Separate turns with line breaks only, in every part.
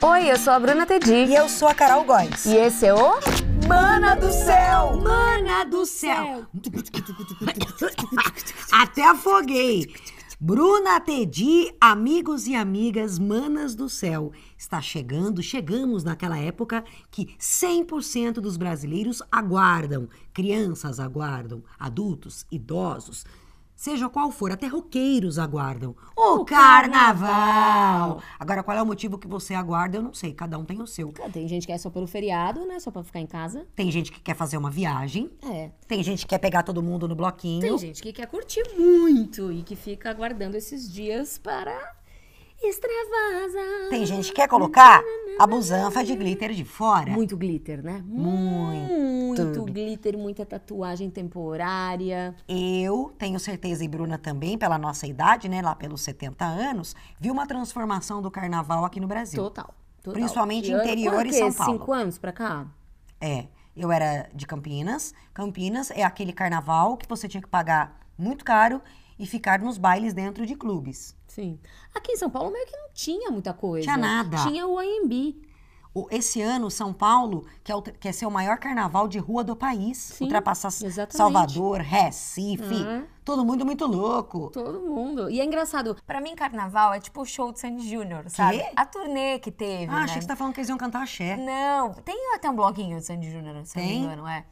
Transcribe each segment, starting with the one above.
Oi, eu sou a Bruna Tedi.
E eu sou a Carol Góes.
E esse é o.
Mana do céu!
Mana do céu! Até afoguei! Bruna Tedi, amigos e amigas, manas do céu. Está chegando, chegamos naquela época que 100% dos brasileiros aguardam. Crianças aguardam, adultos, idosos, seja qual for, até roqueiros aguardam. O, o carnaval. carnaval! Agora, qual é o motivo que você aguarda? Eu não sei, cada um tem o seu.
Tem gente que é só pelo feriado, né? Só pra ficar em casa.
Tem gente que quer fazer uma viagem.
É.
Tem gente que quer pegar todo mundo no bloquinho.
Tem gente que quer curtir muito e que fica aguardando esses dias para extravasar.
Tem gente que quer colocar a busanfa de glitter de fora.
Muito glitter, né?
Muito.
Muito glitter, muita tatuagem temporária.
Eu tenho certeza, e Bruna também, pela nossa idade, né? Lá pelos 70 anos, viu uma transformação do carnaval aqui no Brasil.
Total. total.
Principalmente
Que ano-
interior
quando
e
que é?
São Paulo.
Cinco anos pra cá?
É. Eu era de Campinas. Campinas é aquele carnaval que você tinha que pagar muito caro e ficar nos bailes dentro de clubes.
Sim. Aqui em São Paulo meio que não tinha muita coisa.
Tinha nada.
Tinha o AMB.
O- Esse ano, São Paulo quer, ult- quer ser o é maior carnaval de rua do país.
Sim,
ultrapassar
exatamente.
Salvador, Recife.
Uhum.
Todo mundo muito louco.
Todo mundo. E é engraçado.
Pra mim, carnaval é tipo o show do Sandy Júnior, sabe? A turnê que teve.
Ah,
né?
achei que você tá falando que eles iam cantar axé.
Não, tem até um bloguinho do Sandy Júnior, se eu não me
Tem?
engano, é.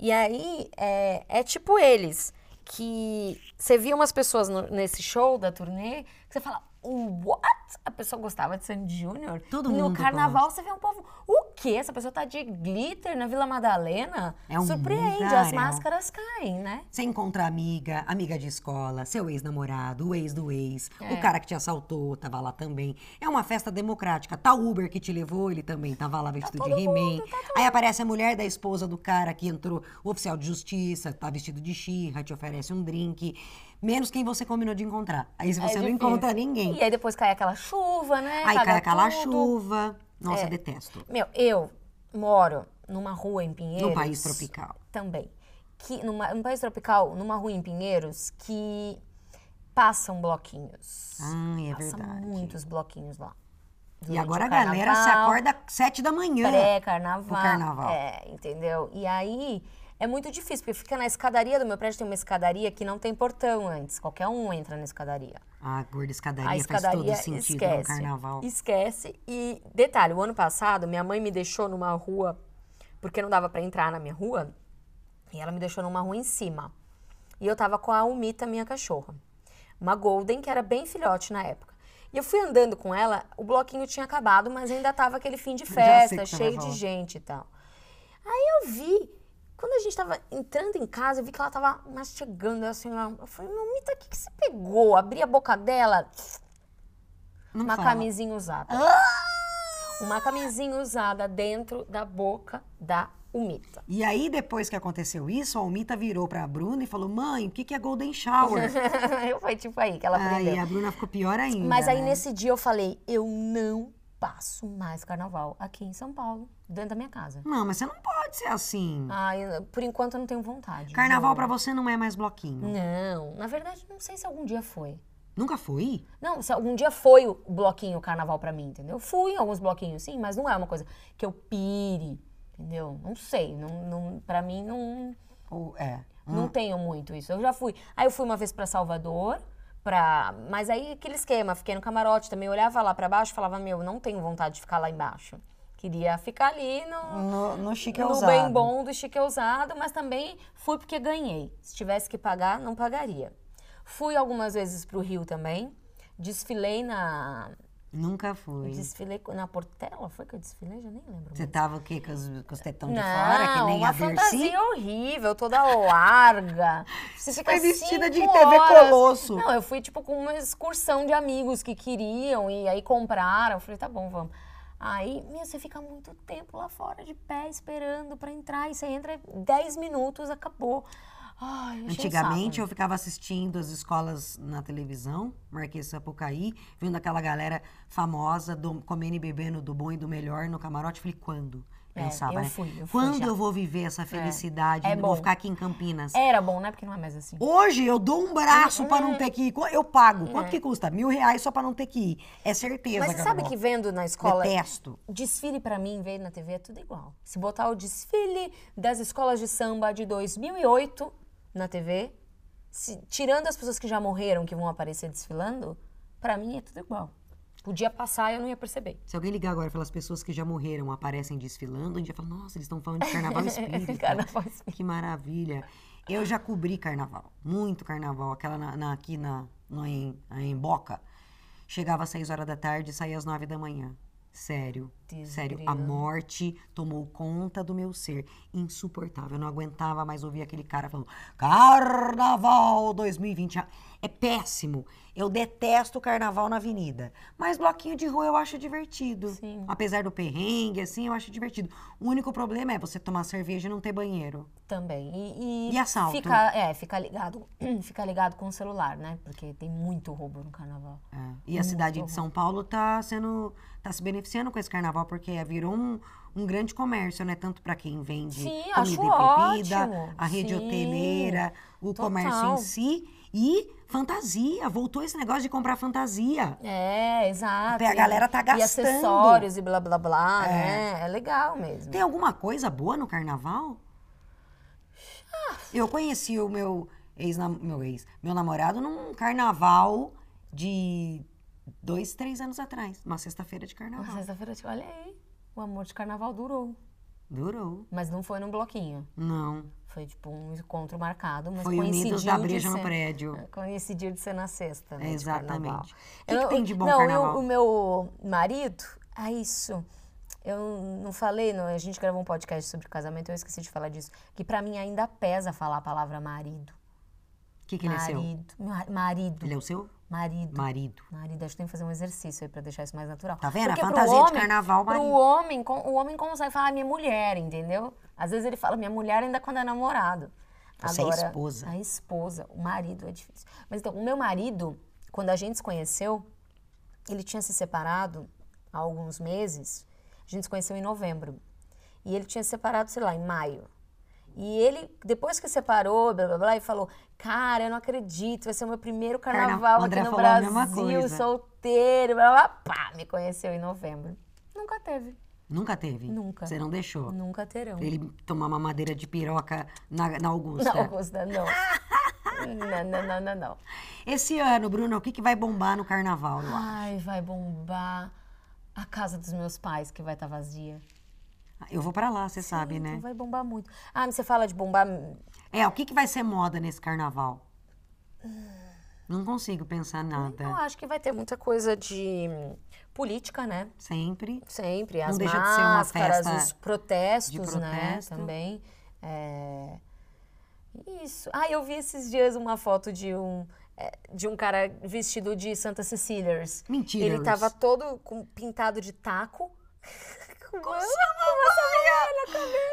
E aí, é, é tipo eles, que você via umas pessoas no- nesse show da turnê, que você fala, what? A pessoa gostava de Sandy Júnior?
Todo
No
mundo
carnaval, você vê um povo, o quê? Essa pessoa tá de glitter na Vila Madalena?
É um
Surpreende, as
mundaréu.
máscaras caem, né?
Você encontra amiga, amiga de escola, seu ex-namorado, o ex do ex, o
É.
cara que te assaltou tava lá também. É uma festa democrática. Tá o Uber que te levou, ele também tava lá
Tá
vestido de He-Man. Aí aparece a mulher da esposa do cara que entrou, o oficial de justiça, tá vestido de xirra, te oferece um drink. Menos quem você combinou de encontrar. Aí se
É
você não
difícil.
encontra ninguém.
E aí depois cai aquela chuva, né?
Aí
Caga
cai aquela
tudo. É.
chuva. Nossa, detesto.
Meu, eu moro numa rua em Pinheiros.
Num país tropical.
Também. Que, numa, num país tropical, numa rua em Pinheiros, que passam bloquinhos.
Ai, é
Passam
verdade.
muitos bloquinhos lá.
E
Durante
agora
o
a galera se
carnaval, É,
acorda sete da manhã.
Pré-carnaval.
pro carnaval.
É, entendeu? E aí é muito difícil, porque fica na escadaria do meu prédio, tem uma escadaria que não tem portão antes. Qualquer um entra na escadaria.
A gorda escadaria,
A escadaria
faz todo sentido no
esquece.
carnaval.
Esquece. E detalhe, o ano passado minha mãe me deixou numa rua porque não dava pra entrar na minha rua, e ela me deixou numa rua em cima. E eu tava com a Umita, minha cachorra. Uma Golden que era bem filhote na época. E eu fui andando com ela, o bloquinho tinha acabado, mas ainda tava aquele fim de
sei o que
festa,
você vai
cheio de
falar.
gente e tal. Aí eu vi, quando a gente tava entrando em casa, eu vi que ela tava mastigando assim, ó. eu falei, Umita, o que, que você pegou? Abri a boca dela,
Não
uma
fala. Ah!
camisinha usada. Uma camisinha usada dentro da boca da umita.
E aí, depois que aconteceu isso, a Almita virou pra Bruna e falou: Mãe, o que, que é Golden Shower?
Eu Foi tipo aí que ela aprendeu.
aí a Bruna ficou pior ainda.
Mas aí
né?
nesse dia eu falei, eu não passo mais carnaval aqui em São Paulo, dentro da minha casa.
Não, mas você não pode ser assim.
Ai, eu- por enquanto eu não tenho vontade.
Carnaval pra
juro.
você não é mais bloquinho.
Não, na verdade não sei se algum dia foi.
Nunca foi?
Não, se algum dia foi o bloquinho o carnaval pra mim, entendeu? Fui em alguns bloquinhos, sim, mas não é uma coisa que eu pire, entendeu? Não sei, não, não, pra mim não,
Ou é?
Não tenho muito isso. Eu já fui. Aí eu fui uma vez pra Salvador, pra... mas aí aquele esquema, fiquei no camarote também, olhava lá pra baixo e falava: Meu, não tenho vontade de ficar lá embaixo. Queria ficar ali no,
No, no chique é
no
ousado.
bem bom do chique é ousado, mas também fui porque ganhei. Se tivesse que pagar, não pagaria. Fui algumas vezes pro Rio também. Desfilei na.
Nunca foi.
Desfilei na Portela? Foi que eu desfilei? Já nem lembro.
Você
mais.
tava o quê? Com os, com os tetão de
não,
fora, que nem
uma
a Dercy?
fantasia horrível, toda larga. Você fica
Foi vestida de
cinco
TV
horas.
Colosso.
Não, eu fui tipo com uma excursão de amigos que queriam e aí compraram. Eu falei, tá bom, vamos. Aí, meu, você fica muito tempo lá fora de pé esperando pra entrar e você entra 10 minutos, acabou. Ai, achei um
Antigamente
saco.
eu ficava assistindo as escolas na televisão, Marquês Sapucaí, vendo aquela galera famosa do- comendo e bebendo do bom e do melhor no camarote. Falei, quando? pensava,
É, eu
né?
fui, eu fui
Quando
já.
eu vou viver essa felicidade?
É
eu vou
bom.
ficar aqui em Campinas.
Era bom, né? Porque não é Uhum. mais assim.
Hoje eu dou um braço pra não ter que ir. Eu pago. Quanto que custa? Mil reais só pra não ter que ir. É certeza.
É. Mas você sabe
Carol.
que vendo na escola,
Detesto.
desfile pra mim, ver na TV é tudo igual. Se botar o desfile das escolas de samba de 2008 na TV, se- tirando as pessoas que já morreram que vão aparecer desfilando, pra mim é tudo igual. Podia passar e eu não ia perceber.
Se alguém ligar agora e falar as pessoas que já morreram aparecem desfilando, a gente vai falar, nossa, eles estão falando de carnaval espírita.
Carnaval espírita.
Que maravilha. Eu já cobri carnaval, muito carnaval. Aquela na, na- aqui na, no, em, em Boca. Chegava às 6 horas da tarde e saía às 9 da manhã. Sério,
Deus
sério. A
grilo.
morte tomou conta do meu ser. Insuportável. Eu não aguentava mais ouvir aquele cara falando Carnaval 2020. Ah, É péssimo. Eu detesto carnaval na avenida. Mas bloquinho de rua eu acho divertido.
Sim.
Apesar do perrengue, assim, eu acho divertido. O único problema é você tomar cerveja e não ter banheiro.
Também. E,
E assalto?
Fica, é, fica ligado, fica ligado com o celular, né? Porque tem muito roubo no carnaval.
É.
Hum,
E a cidade de São Paulo tá sendo tá se beneficiando com esse carnaval porque virou um, um grande comércio, né? Tanto para quem vende
Sim,
comida
acho
e bebida,
ótimo.
a rede
Sim.
hoteleira, o
Total.
comércio em si e fantasia. Voltou esse negócio de comprar fantasia.
É, exato.
A galera tá
E
gastando.
acessórios e blá blá blá, né? É legal mesmo.
Tem alguma coisa boa no carnaval?
Ah.
Eu conheci o meu ex, meu ex, meu namorado num carnaval de dois, três anos atrás, numa sexta-feira de
Na
carnaval.
sexta-feira, tipo, olha aí, o amor de carnaval durou.
Durou.
Mas não foi num bloquinho.
Não.
Foi tipo um encontro marcado, mas
Foi Unidos
coincidiu
da
de
Breja no
ser- É,
prédio.
Coincidiu de ser na sexta, né? de
Exatamente.
carnaval.
O que que tem de bom
não, eu-
carnaval?
o meu marido... Ah, isso. Eu não falei, não, a gente gravou um podcast sobre casamento, eu esqueci de falar disso. Que pra mim ainda pesa falar a palavra marido.
O que, que ele é seu?
marido. Mar- Marido.
Ele é o seu?
Marido.
Marido.
Marido, acho que tem que fazer um exercício aí pra deixar isso mais natural.
Tá vendo? A
Porque pro
fantasia de
homem-
carnaval, marido.
Pro homem, con- o homem consegue falar minha mulher, entendeu? Às vezes ele fala minha mulher ainda quando é namorado.
Você é esposa.
A esposa, o marido é difícil. Mas então, o meu marido, quando a gente se conheceu, ele tinha se separado há alguns meses. A gente se conheceu em novembro. E ele tinha se separado, sei lá, em maio. E ele, depois que separou, blá blá blá, e falou: Cara, eu não acredito, vai ser o meu primeiro
Carna-
carnaval
o
aqui
André
no
falou a mesma
Brasil,
coisa.
solteiro, blá blá pá. Me conheceu em novembro. Nunca teve.
Nunca teve?
Nunca.
Você não deixou?
Nunca terão.
Ele tomar uma madeira de piroca na, na Augusta.
Não, Augusta, não. não, não, não, não, não.
Esse ano, Bruno, o que, que vai bombar no carnaval? eu acho?
Ai, vai bombar a casa dos meus pais que vai estar vazia.
Eu vou pra lá, você sabe,
Então
né?
vai bombar muito. Ah, mas você fala de bombar.
É, o que, que vai ser moda nesse carnaval? Não consigo pensar
Eu
nada.
acho que vai ter muita coisa de hum, política, né?
Sempre.
Sempre,
Não
as
deixa de ser uma
máscaras,
festa
os protestos,
de
né,
protesto.
também. É, Isso. Ah, eu vi esses dias uma foto de um é, de um cara vestido de Santa Cecilia's.
Mentira.
Ele tava todo com- pintado de taco. Com uma-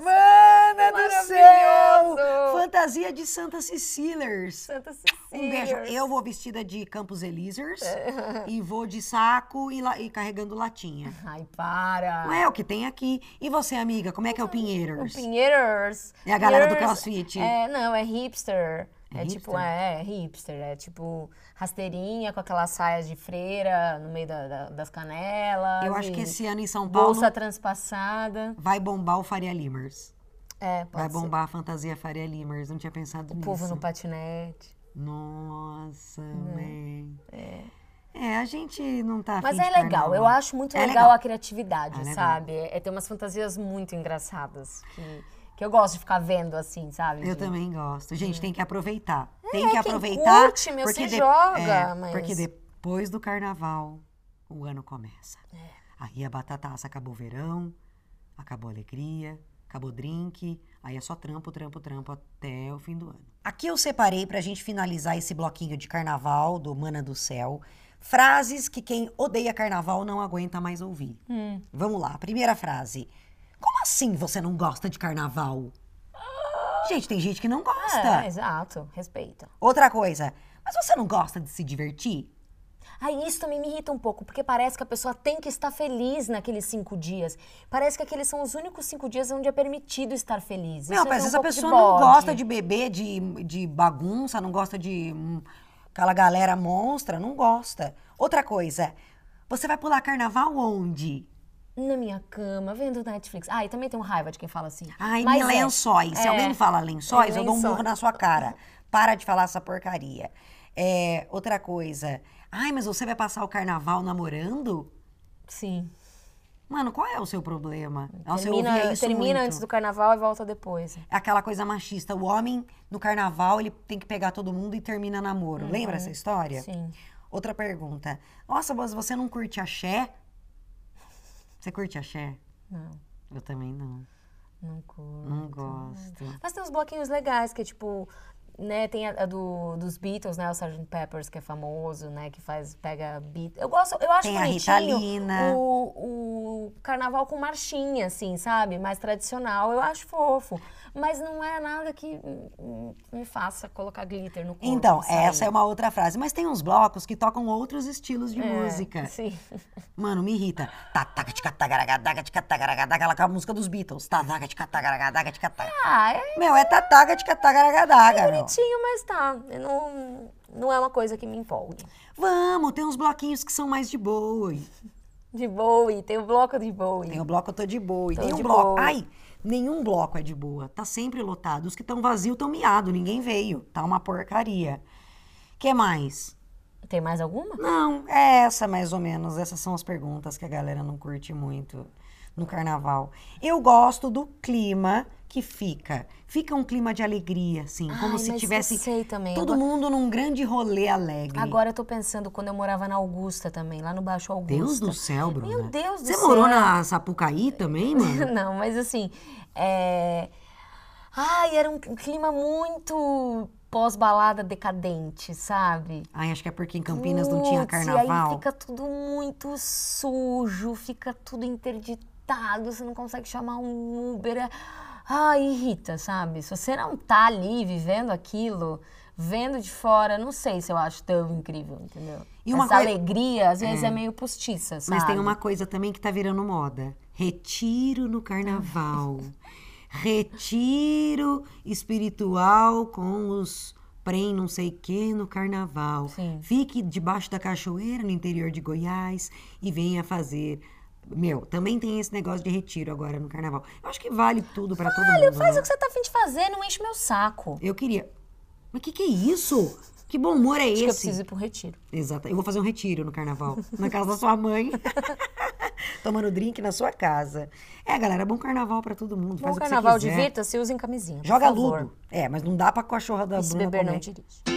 Mana do céu!
Maravilhoso!
Fantasia de Santa Cecilers.
Santa
Um beijo.
Cecilia's.
Eu vou vestida de Campos Elíseos
É.
e vou de saco e, la- e carregando latinha.
Ai, para.
Não é o que tem aqui. E você, amiga, como é que é o
O
Pinheiros?
Pinheiros.
É a galera do
Pinheiros
CrossFit.
É, não, é hipster.
É
É, tipo,
hipster?
é, é hipster. É tipo rasteirinha com aquelas saias de freira no meio da- da- das canelas.
Eu acho
e
que esse ano em São Paulo
Bolsa transpassada.
vai bombar o Faria Limers.
É, pode
Vai
ser.
bombar a fantasia Faria Limers. Não tinha pensado
O
nisso.
povo Né? no patinete.
Nossa, man. É. a gente não tá
Mas
afim de
é legal, eu
carnaval.
acho muito
É
legal,
legal.
a criatividade,
É legal.
sabe? É, tem umas fantasias muito engraçadas que, que eu gosto de ficar vendo assim, sabe?
Eu
De-
também gosto. Gente, tem que aproveitar. tem que
quem
aproveitar.
curte, meu, se joga,
é,
mas-
Porque depois do carnaval, o ano começa.
É.
Aí a batataça acabou o verão, acabou a alegria, acabou o drink. Aí é só trampo, trampo, trampo até o fim do ano. Aqui eu separei pra gente finalizar esse bloquinho de carnaval do Mana do Céu. Frases que quem odeia carnaval não aguenta mais ouvir. Vamos lá, primeira frase. Como assim você não gosta de carnaval? Gente, tem gente que não gosta.
É, exato, respeita.
Outra coisa, mas você não gosta de se divertir?
Aí isso também me irrita um pouco, porque parece que a pessoa tem que estar feliz naqueles cinco dias. Parece que aqueles são os únicos cinco dias onde é permitido estar feliz.
Não,
Isso
mas
me dá
às
um
vezes a
pouco
pessoa não
bode.
gosta de beber, de, de bagunça, não gosta de hum, aquela galera monstra, não gosta. Outra coisa, você vai pular carnaval onde?
Na minha cama, vendo Netflix. Ah, e também tenho raiva de quem fala assim.
Ai,
Mas
em
é.
lençóis. Se
É.
alguém me fala lençóis, eu dou um
lençóis.
murro na sua cara. Para de falar essa porcaria. É, outra coisa, ai, mas você vai passar o carnaval namorando?
Sim. Mano,
Mano, qual é o seu problema? Nossa, eu ouvia
termina
isso
termina
muito. É
antes do carnaval e volta depois.
aquela coisa machista. O homem, no carnaval, ele tem que pegar todo mundo e termina namoro.
Uhum.
Lembra essa história?
Sim.
Outra pergunta. Nossa, mas você não curte axé? Você curte axé?
Não, Então,
Eu também não.
não curto.
Não gosto.
Mas tem uns bloquinhos legais, que é tipo, né, tem a, a do, dos Beatles, né, o Sgt. Peppers, que é famoso, né, que faz, pega beat. Eu gosto, eu acho
Tem a
bonitinho
Rita Lina.
O, o carnaval com marchinha, assim, sabe? Mais tradicional, eu acho fofo. Mas não é nada que hum, hum, me faça colocar glitter no corpo.
Então,
sair.
essa é uma outra frase. Mas tem uns blocos que tocam outros estilos de
É,
música.
Sim.
Mano, me irrita. Tá, taca, tica, tagaraga, taca, tica, tagaraga, taca, aquela música dos Beatles. Tá, taca, tica, tagaraga, taca, tica, taca.
Ah, é
Meu, é tataga, tica, tagaraga, taca, meu.
bonitinho, mas tá. eu não, não é uma coisa que me empolgue.
Vamos, tem uns bloquinhos que são mais de boa.
De Bowie, tem o bloco de Bowie.
Tem o bloco, eu tô de boa. E
Tô
tem um
de
bloco.
boa.
Ai, nenhum bloco é de boa. Tá sempre lotado. Os que estão vazios estão miado, ninguém veio. Tá uma porcaria. que mais?
Tem mais alguma?
Não, é essa mais ou menos. Essas são as perguntas que a galera não curte muito no carnaval. Eu gosto do clima que fica. Fica um clima de alegria, assim, como
Ai,
se
mas eu
tivesse
sei também.
todo
Agora-
mundo num grande rolê alegre.
Agora eu tô pensando quando eu morava na Augusta também, lá no Baixo Augusta.
Deus do céu, Bruna.
Meu Deus do
Você
céu.
morou na Sapucaí também, mano?
Não, mas assim, é... Ai, era um clima muito pós-balada decadente, sabe?
Ai, acho que é porque em Campinas não tinha
Putz, e
carnaval.
aí fica tudo muito sujo, fica tudo interditado, você não consegue chamar um Uber. é- Ai, irrita, sabe? Se você não tá ali vivendo aquilo, vendo de fora, não sei se eu acho tão incrível, entendeu?
E uma
Essa
coi-
alegria, às vezes, é. meio postiça, sabe?
Mas tem uma coisa também que tá virando moda. Retiro no carnaval. Retiro espiritual com os prem não sei que no carnaval.
Sim.
Fique debaixo da cachoeira no interior de Goiás e venha fazer. Meu, também tem esse negócio de retiro agora no carnaval. Eu acho que vale tudo pra todo mundo.
Faz
né?
o que você tá afim de fazer, não enche meu saco.
Eu queria. Mas o que, que é isso? Que bom humor é
Acho
esse?
que eu preciso ir pro retiro.
Exato. Eu vou fazer um retiro no carnaval, na casa da sua mãe. Tomando drink na sua casa. É, galera, bom carnaval pra todo mundo.
Bom
Faz o que você
carnaval,
quiser.
divirta-se, usem camisinha. por
Joga
favor.
ludo. É, mas não dá pra cachorra da
E se
Bruna
beber, não
comer.
dirige.